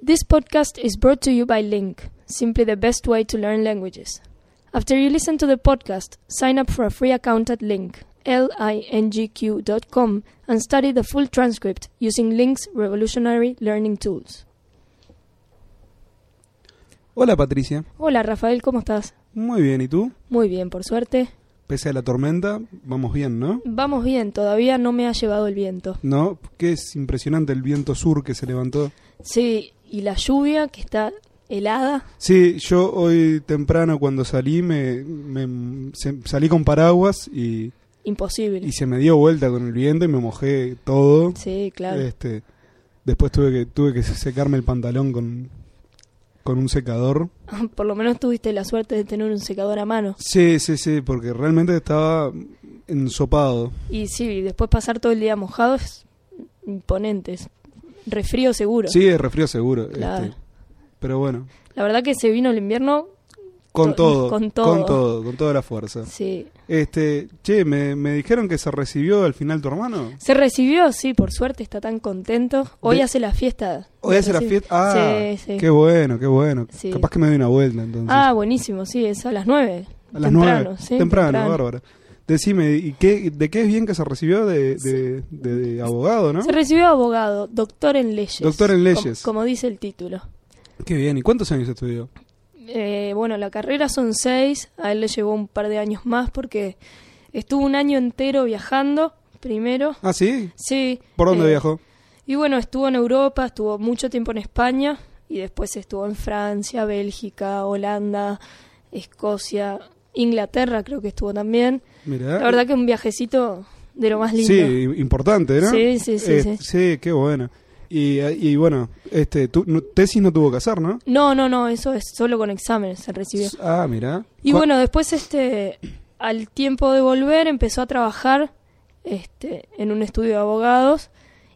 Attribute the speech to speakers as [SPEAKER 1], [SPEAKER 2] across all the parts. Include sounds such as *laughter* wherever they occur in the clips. [SPEAKER 1] This podcast is brought to you by Link, simply the best way to learn languages. After you listen to the podcast, sign up for a free account at Link, lingq.com, and study the full transcript using Link's revolutionary learning tools.
[SPEAKER 2] Hola Patricia,
[SPEAKER 1] Hola Rafael, ¿cómo estás?
[SPEAKER 2] muy bien, ¿y tú?
[SPEAKER 1] Muy bien, por suerte.
[SPEAKER 2] Pese a la tormenta, vamos bien, ¿no?
[SPEAKER 1] Vamos bien, todavía no me ha llevado el viento.
[SPEAKER 2] No, que es impresionante el viento sur que se levantó.
[SPEAKER 1] Sí, y la lluvia que está helada.
[SPEAKER 2] Sí, yo hoy temprano cuando salí me, me- se- salí con paraguas y,
[SPEAKER 1] Imposible.
[SPEAKER 2] y se me dio vuelta con el viento y me mojé todo.
[SPEAKER 1] Sí, claro.
[SPEAKER 2] Este, después tuve que tuve que secarme el pantalón con con un secador.
[SPEAKER 1] *laughs* Por lo menos tuviste la suerte de tener un secador a mano.
[SPEAKER 2] Sí, sí, sí, porque realmente estaba ensopado.
[SPEAKER 1] Y sí, y después pasar todo el día mojado es imponente. es Resfrío seguro.
[SPEAKER 2] Sí, es resfrío seguro.
[SPEAKER 1] Claro.
[SPEAKER 2] este, pero bueno,
[SPEAKER 1] La verdad que se vino el invierno. To- *laughs*
[SPEAKER 2] Con todo,
[SPEAKER 1] con
[SPEAKER 2] con
[SPEAKER 1] todo.
[SPEAKER 2] todo, con toda la fuerza.
[SPEAKER 1] Sí.
[SPEAKER 2] Este, che, me, me dijeron que se recibió al final tu hermano.
[SPEAKER 1] Se recibió, sí, por suerte está tan contento. Hoy
[SPEAKER 2] De-
[SPEAKER 1] hace la fiesta.
[SPEAKER 2] Hoy hace la
[SPEAKER 1] Sí.
[SPEAKER 2] fiesta. Ah,
[SPEAKER 1] Sí, sí.
[SPEAKER 2] qué bueno, qué bueno.
[SPEAKER 1] Sí.
[SPEAKER 2] Capaz que me doy una vuelta entonces.
[SPEAKER 1] Ah, buenísimo, sí, es a las nueve.
[SPEAKER 2] a las
[SPEAKER 1] temprano,
[SPEAKER 2] nueve.
[SPEAKER 1] sí,
[SPEAKER 2] temprano,
[SPEAKER 1] temprano.
[SPEAKER 2] bárbaro. Decime, ¿y qué, ¿de qué es bien que se recibió de, de- de- de abogado, no?
[SPEAKER 1] Se recibió abogado, doctor en leyes.
[SPEAKER 2] Doctor en leyes.
[SPEAKER 1] Como, como dice el título.
[SPEAKER 2] Qué bien. ¿Y cuántos años estudió?
[SPEAKER 1] Eh, bueno, la carrera son seis, a él le llevó un par de años más porque estuvo un año entero viajando, primero.
[SPEAKER 2] Ah, sí.
[SPEAKER 1] Sí.
[SPEAKER 2] ¿Por dónde
[SPEAKER 1] eh,
[SPEAKER 2] viajó?
[SPEAKER 1] Y bueno, estuvo en Europa, estuvo mucho tiempo en España y después estuvo en Francia, Bélgica, Holanda, Escocia, Inglaterra creo que estuvo también.
[SPEAKER 2] Mirá.
[SPEAKER 1] La verdad que un viajecito de lo más lindo.
[SPEAKER 2] Ah, Sí, importante, ¿no?
[SPEAKER 1] Sí, sí, sí,
[SPEAKER 2] Eh,
[SPEAKER 1] sí.
[SPEAKER 2] qué bueno. Y, eh, y bueno, este, tu, no- tesis no tuvo que hacer, ¿no?
[SPEAKER 1] No, no, no, eso es solo con exámenes se recibió.
[SPEAKER 2] Ah, mirá.
[SPEAKER 1] Y
[SPEAKER 2] Cu-
[SPEAKER 1] bueno, después este al tiempo de volver empezó a trabajar este en un estudio de abogados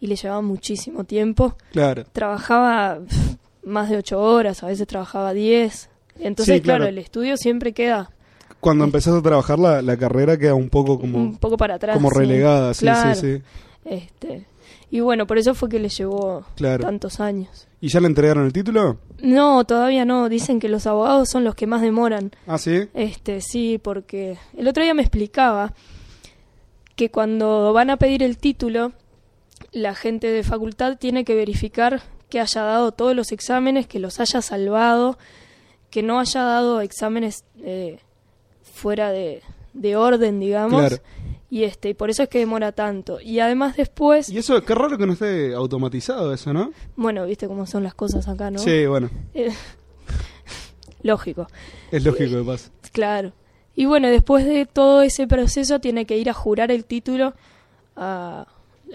[SPEAKER 1] y le llevaba muchísimo tiempo.
[SPEAKER 2] Claro.
[SPEAKER 1] trabajaba pf, más de ocho horas, a veces trabajaba diez. Entonces,
[SPEAKER 2] Sí,
[SPEAKER 1] claro.
[SPEAKER 2] claro.
[SPEAKER 1] el estudio siempre queda
[SPEAKER 2] Cuando empezás a trabajar la, la carrera queda un poco
[SPEAKER 1] un
[SPEAKER 2] como,
[SPEAKER 1] poco para atrás.
[SPEAKER 2] como
[SPEAKER 1] sí.
[SPEAKER 2] relegada, sí,
[SPEAKER 1] Claro.
[SPEAKER 2] sí, sí,
[SPEAKER 1] Este, y bueno, por eso fue que le llevó
[SPEAKER 2] claro.
[SPEAKER 1] tantos años.
[SPEAKER 2] ¿Y ya le entregaron el título?
[SPEAKER 1] No, todavía no. Dicen que los abogados son los que más demoran.
[SPEAKER 2] Ah, sí.
[SPEAKER 1] Este, sí, porque el otro día me explicaba que cuando van a pedir el título, la gente de facultad tiene que verificar que haya dado todos los exámenes, que los haya salvado, que no haya dado exámenes eh, fuera de, de orden, digamos.
[SPEAKER 2] Claro.
[SPEAKER 1] Y este, y por eso es que demora tanto. Y además después,
[SPEAKER 2] Y eso, qué raro que no esté automatizado eso, ¿no?
[SPEAKER 1] bueno, viste cómo son las cosas acá, ¿no?
[SPEAKER 2] Sí, bueno,
[SPEAKER 1] Eh, *laughs* lógico.
[SPEAKER 2] es lógico que pase.
[SPEAKER 1] Claro. Y bueno, después de todo ese proceso tiene que ir a jurar el título a,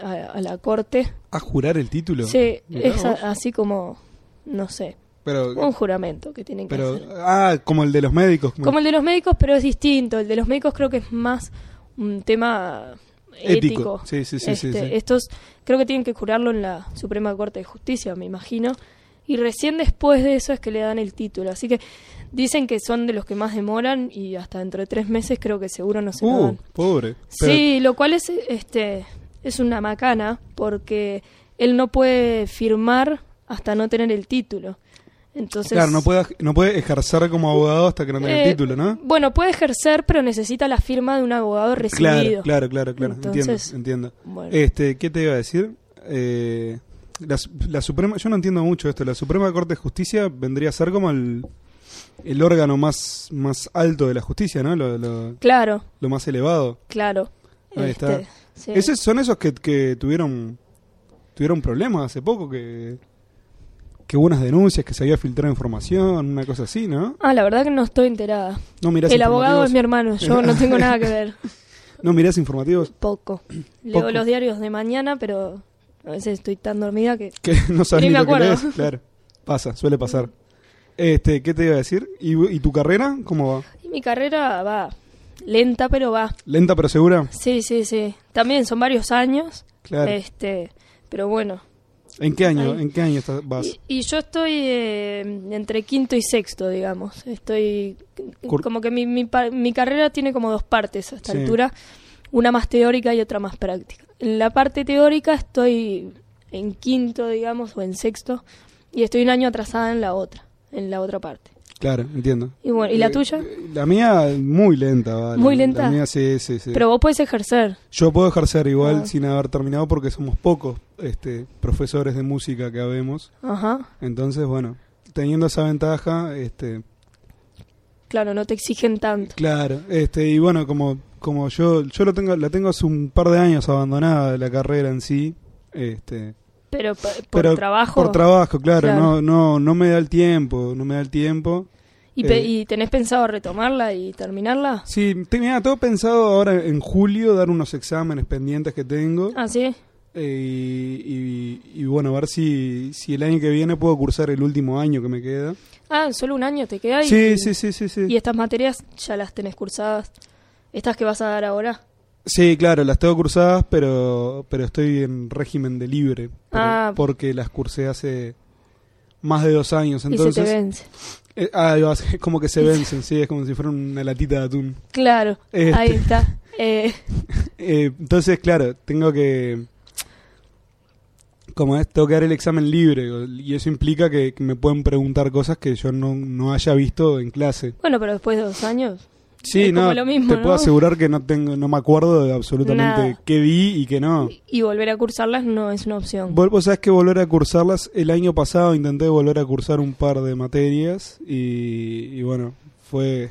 [SPEAKER 1] a- a la corte.
[SPEAKER 2] ¿A jurar el título?
[SPEAKER 1] Sí,
[SPEAKER 2] Mirá
[SPEAKER 1] es a-
[SPEAKER 2] vos.
[SPEAKER 1] así como, no sé, un
[SPEAKER 2] Pero,
[SPEAKER 1] juramento que tienen que
[SPEAKER 2] pero,
[SPEAKER 1] hacer.
[SPEAKER 2] ah, como el de los médicos. como-
[SPEAKER 1] Como el de los médicos, pero es distinto. El de los médicos creo que es más un tema ético.
[SPEAKER 2] Ético. Sí, sí, sí, sí,
[SPEAKER 1] Este,
[SPEAKER 2] sí.
[SPEAKER 1] Estos creo que tienen que jurarlo en la Suprema Corte de Justicia, me imagino. Y recién después de eso es que le dan el título. Así que dicen que son de los que más demoran y hasta dentro de tres meses creo que seguro no se lo
[SPEAKER 2] Uh,
[SPEAKER 1] dan.
[SPEAKER 2] pobre. Pero-
[SPEAKER 1] Sí, lo cual es, este, es una macana porque él no puede firmar hasta no tener el título. Entonces,
[SPEAKER 2] Claro, no puede, no puede ejercer como abogado hasta que no tenga
[SPEAKER 1] eh,
[SPEAKER 2] el título, ¿no?
[SPEAKER 1] Bueno, puede ejercer, pero necesita la firma de un abogado recibido.
[SPEAKER 2] Claro, claro, claro, claro.
[SPEAKER 1] Entonces,
[SPEAKER 2] entiendo, entiendo.
[SPEAKER 1] Bueno,
[SPEAKER 2] Este, ¿qué te iba a decir? Eh, la, su- la Suprema, yo no entiendo mucho esto. La Suprema Corte de Justicia vendría a ser como el, el órgano más, más alto de la justicia, ¿no? Lo, lo-
[SPEAKER 1] claro,
[SPEAKER 2] lo más elevado.
[SPEAKER 1] claro. Este,
[SPEAKER 2] Ahí está.
[SPEAKER 1] sí.
[SPEAKER 2] Esos son esos que, que tuvieron tuvieron problemas hace poco, que, que hubo unas denuncias, que se había filtrado información, una cosa así, ¿no?
[SPEAKER 1] Ah, la verdad que no estoy enterada.
[SPEAKER 2] No mirás
[SPEAKER 1] el abogado es mi
[SPEAKER 2] informativos. *laughs*
[SPEAKER 1] hermano, yo no tengo nada que ver.
[SPEAKER 2] No mirás informativos.
[SPEAKER 1] Poco. Leo
[SPEAKER 2] *laughs* Poco.
[SPEAKER 1] los diarios de mañana, pero a veces estoy tan dormida que...
[SPEAKER 2] que no sabes
[SPEAKER 1] Ni
[SPEAKER 2] ni,
[SPEAKER 1] me
[SPEAKER 2] lo que
[SPEAKER 1] acuerdo.
[SPEAKER 2] lees. Claro, pasa, suele pasar. Este, ¿qué te iba a decir? ¿Y, y tu carrera cómo va?
[SPEAKER 1] Y mi carrera va lenta, pero va.
[SPEAKER 2] ¿Lenta pero segura?
[SPEAKER 1] Sí, sí, sí. También son varios años.
[SPEAKER 2] Claro.
[SPEAKER 1] Este, pero bueno.
[SPEAKER 2] ¿En qué año?
[SPEAKER 1] Ay.
[SPEAKER 2] ¿En qué año estás, vas?
[SPEAKER 1] Y, y yo estoy eh, entre quinto y sexto, digamos. Estoy
[SPEAKER 2] Cur-
[SPEAKER 1] como que mi, mi, pa- mi carrera tiene como dos partes a esta
[SPEAKER 2] Sí.
[SPEAKER 1] altura, una más teórica y otra más práctica. En la parte teórica estoy en quinto, digamos, o en sexto, y estoy un año atrasada en la otra, en la otra parte.
[SPEAKER 2] Claro, entiendo.
[SPEAKER 1] Y bueno, ¿y la
[SPEAKER 2] Eh,
[SPEAKER 1] tuya?
[SPEAKER 2] eh, La mía muy lenta, vale.
[SPEAKER 1] ¿Muy
[SPEAKER 2] La-
[SPEAKER 1] lenta?
[SPEAKER 2] La mía sí, sí, sí.
[SPEAKER 1] Pero vos podés ejercer.
[SPEAKER 2] Yo puedo ejercer igual
[SPEAKER 1] Ah.
[SPEAKER 2] sin haber terminado porque somos pocos este, profesores de música que habemos.
[SPEAKER 1] Ajá.
[SPEAKER 2] Entonces, bueno, teniendo esa ventaja, este,
[SPEAKER 1] Claro, no te exigen tanto.
[SPEAKER 2] claro, este, y bueno, como, como yo, yo lo tengo, la tengo hace un par de años abandonada la carrera en sí, este,
[SPEAKER 1] Pero pa- por
[SPEAKER 2] Pero
[SPEAKER 1] trabajo.
[SPEAKER 2] por trabajo, claro,
[SPEAKER 1] Claro.
[SPEAKER 2] No, no, no me da el tiempo, no me da el tiempo.
[SPEAKER 1] y, pe-
[SPEAKER 2] eh.
[SPEAKER 1] ¿Y tenés pensado retomarla y terminarla?
[SPEAKER 2] Sí, tenía todo pensado ahora en julio dar unos exámenes pendientes que tengo.
[SPEAKER 1] Ah, sí.
[SPEAKER 2] Eh, y, y- y bueno, a ver si, si el año que viene puedo cursar el último año que me queda.
[SPEAKER 1] Ah, solo un año te queda. y-
[SPEAKER 2] Sí, sí, sí, sí, sí.
[SPEAKER 1] Y estas materias ya las tenés cursadas. Estas que vas a dar ahora.
[SPEAKER 2] Sí, claro, las tengo cursadas, pero, pero estoy en régimen de libre. por-
[SPEAKER 1] Ah.
[SPEAKER 2] Porque las cursé hace más de dos
[SPEAKER 1] y
[SPEAKER 2] años.
[SPEAKER 1] se te
[SPEAKER 2] Entonces,
[SPEAKER 1] vence.
[SPEAKER 2] eh, ah, *laughs* ahí va, es como que se vencen, sí, es como si fuera una latita de atún.
[SPEAKER 1] Claro,
[SPEAKER 2] Este,
[SPEAKER 1] ahí está. Eh,
[SPEAKER 2] eh, entonces, claro, tengo que... Como es, tengo que dar el examen libre y eso implica que, que me pueden preguntar cosas que yo no, no haya visto en clase.
[SPEAKER 1] bueno, pero después de dos años.
[SPEAKER 2] Sí,
[SPEAKER 1] Es
[SPEAKER 2] no,
[SPEAKER 1] como lo mismo,
[SPEAKER 2] te
[SPEAKER 1] ¿no?
[SPEAKER 2] puedo asegurar que no tengo, no me acuerdo de absolutamente
[SPEAKER 1] Nada.
[SPEAKER 2] qué vi y qué no.
[SPEAKER 1] y- Y volver a cursarlas no es una opción.
[SPEAKER 2] Vos vos sabés que volver a cursarlas, el año pasado intenté volver a cursar un par de materias y, y bueno, fue,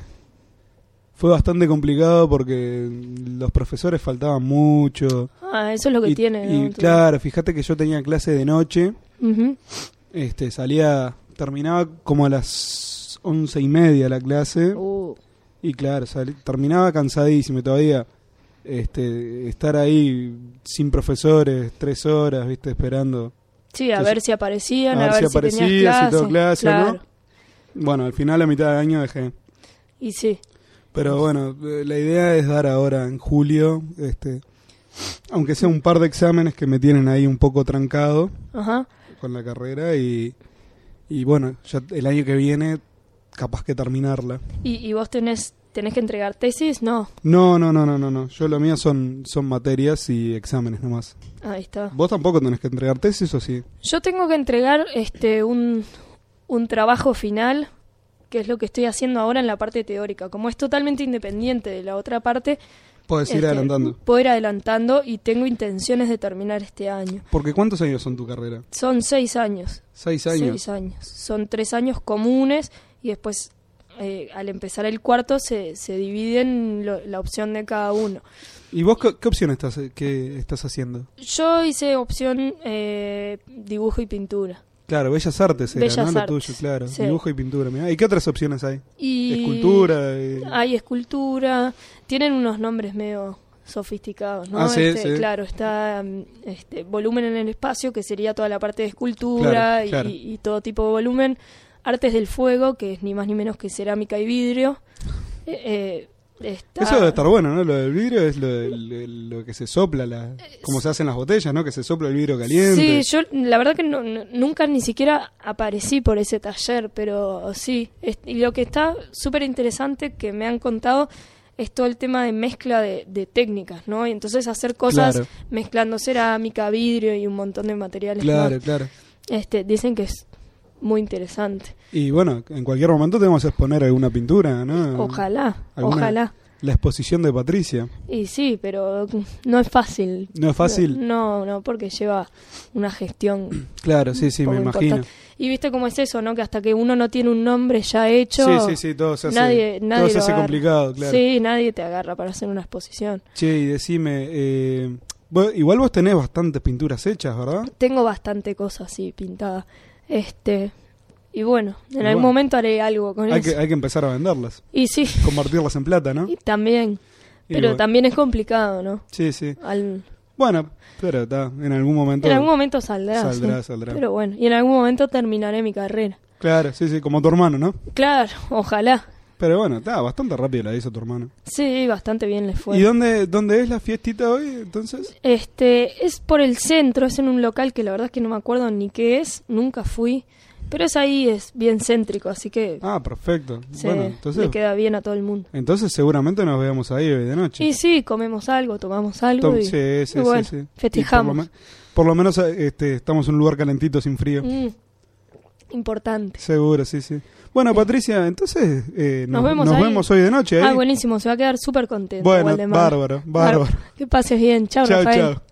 [SPEAKER 2] fue bastante complicado porque los profesores faltaban mucho.
[SPEAKER 1] ah, eso es lo que
[SPEAKER 2] y,
[SPEAKER 1] tiene.
[SPEAKER 2] y
[SPEAKER 1] ¿no? Tu-
[SPEAKER 2] claro, fíjate que yo tenía clase de noche,
[SPEAKER 1] Ujú.
[SPEAKER 2] este, salía, terminaba como a las once y media la clase.
[SPEAKER 1] Uh,
[SPEAKER 2] Y claro, sal- terminaba cansadísimo y todavía este, estar ahí sin profesores, tres horas, viste, esperando.
[SPEAKER 1] Sí, a
[SPEAKER 2] Entonces,
[SPEAKER 1] ver si aparecían, a,
[SPEAKER 2] a ver si
[SPEAKER 1] tenías
[SPEAKER 2] aparecía, si
[SPEAKER 1] clase.
[SPEAKER 2] tengo clase o no.
[SPEAKER 1] claro.
[SPEAKER 2] Bueno, al final a mitad de año dejé.
[SPEAKER 1] Y sí.
[SPEAKER 2] Pero bueno, eh, la idea es dar ahora en julio, este, aunque sea un par de exámenes que me tienen ahí un poco trancado
[SPEAKER 1] Ajá.
[SPEAKER 2] con la carrera y, y bueno, ya el año que viene capaz que terminarla.
[SPEAKER 1] ¿Y, y vos tenés, tenés que entregar tesis? No.
[SPEAKER 2] No, no, no, no, no, no. Yo lo mío son, son materias y exámenes nomás.
[SPEAKER 1] Ahí está.
[SPEAKER 2] Vos tampoco tenés que entregar tesis o sí.
[SPEAKER 1] Yo tengo que entregar este un, un trabajo final, que es lo que estoy haciendo ahora en la parte teórica. Como es totalmente independiente de la otra parte,
[SPEAKER 2] Podés ir
[SPEAKER 1] este,
[SPEAKER 2] adelantando.
[SPEAKER 1] puedo ir adelantando y tengo intenciones de terminar este año.
[SPEAKER 2] Porque ¿cuántos años son tu carrera?
[SPEAKER 1] Son seis años.
[SPEAKER 2] Seis años.
[SPEAKER 1] Seis años. Son tres años comunes y después, eh, al empezar el cuarto, se, se dividen lo- la opción de cada uno.
[SPEAKER 2] ¿Y vos qué, qué opción estás, qué estás haciendo?
[SPEAKER 1] Yo hice opción eh, dibujo y pintura.
[SPEAKER 2] Claro, Bellas Artes era,
[SPEAKER 1] Bellas
[SPEAKER 2] ¿no? Lo
[SPEAKER 1] Artes,
[SPEAKER 2] tuyo, claro.
[SPEAKER 1] sí.
[SPEAKER 2] Dibujo y pintura. mirá. ¿Y qué otras opciones hay?
[SPEAKER 1] Y
[SPEAKER 2] Escultura. eh,
[SPEAKER 1] Hay escultura, tienen unos nombres medio sofisticados, ¿no?
[SPEAKER 2] Ah, sí,
[SPEAKER 1] Este,
[SPEAKER 2] sí.
[SPEAKER 1] Claro, está mm, este, volumen en el espacio, que sería toda la parte de escultura
[SPEAKER 2] Claro,
[SPEAKER 1] y,
[SPEAKER 2] claro.
[SPEAKER 1] y todo tipo de volumen. Artes del fuego, que es ni más ni menos que cerámica y vidrio. Eh, eh, está-
[SPEAKER 2] Eso debe estar bueno, ¿no? Lo del vidrio es lo, del- lo que se sopla, la, como se hacen las botellas, ¿no? Que se sopla el vidrio caliente.
[SPEAKER 1] Eh, Sí, yo la verdad que no- no- nunca ni siquiera aparecí por ese taller, pero sí. Es- y lo que está súper interesante que me han contado es todo el tema de mezcla de, de técnicas, ¿no? Y entonces hacer cosas
[SPEAKER 2] Claro.
[SPEAKER 1] mezclando cerámica, vidrio y un montón de materiales
[SPEAKER 2] claro,
[SPEAKER 1] más.
[SPEAKER 2] claro.
[SPEAKER 1] Este, dicen que es muy interesante.
[SPEAKER 2] Y bueno, en cualquier momento tenemos que exponer alguna pintura, ¿no?
[SPEAKER 1] Ojalá,
[SPEAKER 2] Ah, ¿Alguna?
[SPEAKER 1] ojalá.
[SPEAKER 2] La exposición de Patricia.
[SPEAKER 1] Y sí, pero no es fácil.
[SPEAKER 2] No es fácil.
[SPEAKER 1] No, no, porque lleva una gestión
[SPEAKER 2] Claro, sí, sí,
[SPEAKER 1] poco
[SPEAKER 2] me imagino.
[SPEAKER 1] importante. Y viste cómo es eso, ¿no? Que hasta que uno no tiene un nombre ya hecho.
[SPEAKER 2] sí, sí, sí, todo se hace,
[SPEAKER 1] nadie-
[SPEAKER 2] todo
[SPEAKER 1] nadie
[SPEAKER 2] se
[SPEAKER 1] lo
[SPEAKER 2] hace
[SPEAKER 1] agarra.
[SPEAKER 2] complicado, claro.
[SPEAKER 1] Sí, nadie te agarra para hacer una exposición.
[SPEAKER 2] Che, y decime, eh, vos- igual vos tenés bastantes pinturas hechas, ¿verdad?
[SPEAKER 1] Tengo bastante cosas así pintadas. Este. Y bueno, en
[SPEAKER 2] Y
[SPEAKER 1] algún
[SPEAKER 2] bueno.
[SPEAKER 1] momento haré algo con
[SPEAKER 2] Hay
[SPEAKER 1] eso.
[SPEAKER 2] que, hay que empezar a venderlas,
[SPEAKER 1] Y
[SPEAKER 2] *laughs*
[SPEAKER 1] sí,
[SPEAKER 2] convertirlas en plata, ¿no?
[SPEAKER 1] y también.
[SPEAKER 2] Y
[SPEAKER 1] Pero
[SPEAKER 2] bueno.
[SPEAKER 1] también es complicado, ¿no?
[SPEAKER 2] Sí, sí.
[SPEAKER 1] Al-
[SPEAKER 2] Bueno, pero está, en algún momento.
[SPEAKER 1] en algún momento saldrá.
[SPEAKER 2] Saldrá,
[SPEAKER 1] sí.
[SPEAKER 2] saldrá.
[SPEAKER 1] Pero bueno, y en algún momento terminaré mi carrera.
[SPEAKER 2] Claro, sí, sí, como tu hermano, ¿no?
[SPEAKER 1] Claro, ojalá.
[SPEAKER 2] Pero bueno, está, bastante rápido la hizo tu hermano.
[SPEAKER 1] Sí, bastante bien le fue.
[SPEAKER 2] ¿Y dónde, dónde es la fiestita hoy, entonces?
[SPEAKER 1] Este, es por el centro, es en un local que la verdad es que no me acuerdo ni qué es, nunca fui, pero es ahí, es bien céntrico, así que
[SPEAKER 2] Ah, perfecto.
[SPEAKER 1] se
[SPEAKER 2] bueno,
[SPEAKER 1] le
[SPEAKER 2] entonces,
[SPEAKER 1] queda bien a todo el mundo.
[SPEAKER 2] entonces seguramente nos veamos ahí hoy de noche.
[SPEAKER 1] Y sí, comemos algo, tomamos algo
[SPEAKER 2] Tom-
[SPEAKER 1] y,
[SPEAKER 2] sí, sí,
[SPEAKER 1] y bueno,
[SPEAKER 2] sí, sí. Y por lo
[SPEAKER 1] festejamos.
[SPEAKER 2] me- Por lo, menos eh, este, estamos en un lugar calentito, sin frío.
[SPEAKER 1] Mm. importante.
[SPEAKER 2] Seguro, sí, sí. Bueno, Patricia, entonces eh,
[SPEAKER 1] Nos
[SPEAKER 2] nos,
[SPEAKER 1] vemos
[SPEAKER 2] nos
[SPEAKER 1] ahí.
[SPEAKER 2] vemos hoy de noche. ¿eh?
[SPEAKER 1] Ah, buenísimo, se va a quedar súper contento.
[SPEAKER 2] bueno,
[SPEAKER 1] Waldemar.
[SPEAKER 2] bárbaro, bárbaro.
[SPEAKER 1] Que pases bien, chao
[SPEAKER 2] Chao,
[SPEAKER 1] Rafael.
[SPEAKER 2] chao.